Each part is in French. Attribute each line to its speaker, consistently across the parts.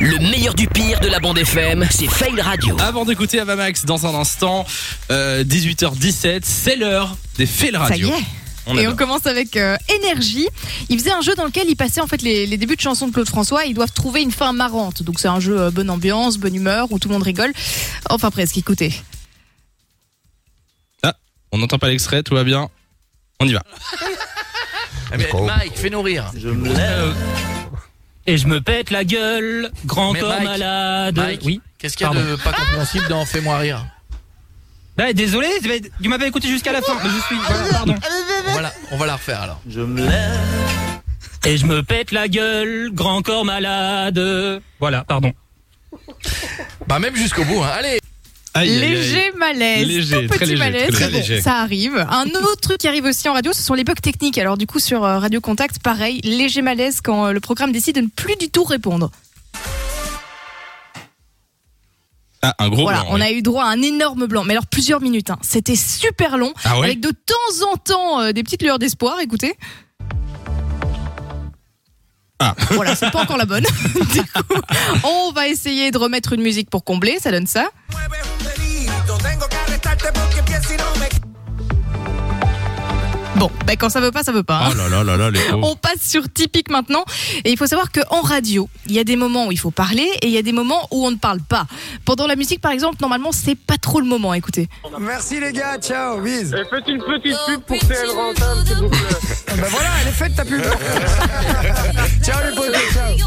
Speaker 1: Le meilleur du pire de la bande FM, c'est Fail Radio.
Speaker 2: Avant d'écouter Avamax dans un instant, euh, 18h17, c'est l'heure des Fail
Speaker 3: Ça y
Speaker 2: Radio.
Speaker 3: est.
Speaker 2: Ah, On
Speaker 3: et
Speaker 2: adore.
Speaker 3: on commence avec euh, Énergie. Il faisait un jeu dans lequel il passait en fait les, les débuts de chansons de Claude François. et Ils doivent trouver une fin marrante. Donc c'est un jeu euh, bonne ambiance, bonne humeur où tout le monde rigole. Enfin presque. Écoutez.
Speaker 2: On n'entend pas l'extrait, tout va bien. On y va.
Speaker 4: Mike, fais-nous rire.
Speaker 2: Euh,
Speaker 5: Et je me pète la gueule, grand
Speaker 4: Mais
Speaker 5: corps
Speaker 4: Mike,
Speaker 5: malade.
Speaker 4: Mike,
Speaker 5: Oui.
Speaker 4: Qu'est-ce qu'il y a de pas compréhensible dans Fais-moi rire
Speaker 5: Bah, désolé, mais tu m'avais écouté jusqu'à la fin, mais je suis. voilà, pardon.
Speaker 4: Voilà, on va la refaire alors.
Speaker 5: Et je me pète la gueule, grand corps malade. Voilà, pardon.
Speaker 4: Bah même jusqu'au bout. Hein. Allez,
Speaker 2: Aïe, aïe, aïe.
Speaker 3: Léger malaise.
Speaker 2: Léger,
Speaker 3: Tout petit
Speaker 2: très léger,
Speaker 3: malaise.
Speaker 2: très
Speaker 3: mais bon,
Speaker 2: léger.
Speaker 3: Ça arrive. Un autre truc qui arrive aussi en radio, ce sont les bugs techniques. Alors du coup sur euh, Radio Contact, pareil, léger malaise quand euh, le programme décide de ne plus du tout répondre.
Speaker 2: Ah, un gros
Speaker 3: voilà,
Speaker 2: blanc,
Speaker 3: on
Speaker 2: oui.
Speaker 3: a eu droit à un énorme blanc. Mais alors plusieurs minutes. hein. C'était super long.
Speaker 2: Ah ouais
Speaker 3: avec de temps en temps euh, des petites lueurs d'espoir. Écoutez.
Speaker 2: Ah.
Speaker 3: Voilà, c'est pas encore la bonne. Du coup, on va essayer de remettre une musique pour combler, ça donne ça. Bon, ben quand ça veut pas, ça veut pas. hein.
Speaker 2: Oh là là là là, les pauvres.
Speaker 3: On passe sur typique maintenant. Et il faut savoir qu'en radio, il y a des moments où il faut parler et il y a des moments où on ne parle pas. Pendant la musique, par exemple, normalement, c'est pas trop le moment. Écoutez.
Speaker 6: Merci les gars, ciao, bise.
Speaker 7: Et faites une petite pub pour TL Rentable, s'il vous plaît.
Speaker 6: Bah voilà, elle est faite ta pub. ciao les potes, ciao.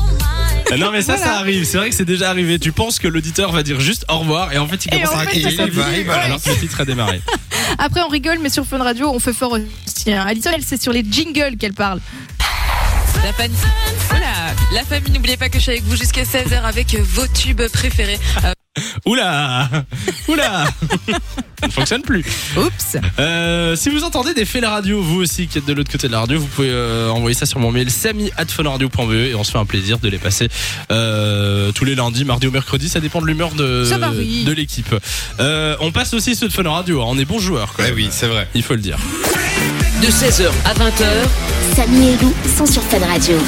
Speaker 2: Ah Non mais ça, ça arrive. C'est vrai que c'est déjà arrivé. Tu penses que l'auditeur va dire juste au revoir et en fait il
Speaker 3: Et
Speaker 2: commence
Speaker 3: en
Speaker 2: à
Speaker 3: fait,
Speaker 2: crier,
Speaker 3: ça
Speaker 2: il va,
Speaker 3: s'abîme.
Speaker 2: il va,
Speaker 3: Ouais.
Speaker 2: alors que le titre a démarré.
Speaker 3: Après, on rigole, mais sur Fun Radio, on fait fort aussi. hein. Alison, elle, c'est sur les jingles qu'elle parle.
Speaker 8: La famille, voilà. la famille, n'oubliez pas que je suis avec vous jusqu'à 16h avec vos tubes préférés. Euh,
Speaker 2: Oula, oula, ça ne fonctionne plus.
Speaker 3: Oups.
Speaker 2: Euh, si vous entendez des faits de radio, vous aussi qui êtes de l'autre côté de la radio, vous pouvez euh, envoyer ça sur mon mail samy@funradio.be et on se fait un plaisir de les passer euh, tous les lundis, mardi ou mercredi, ça dépend de l'humeur de,
Speaker 3: Ça varie.
Speaker 2: de l'équipe. Euh, on passe aussi ceux de Fun Radio, hein, on est bons joueurs quand même,
Speaker 9: Eh oui, c'est vrai.
Speaker 2: il faut le dire.
Speaker 1: De 16h à 20h,
Speaker 10: Samy et Lou sont sur Fun Radio.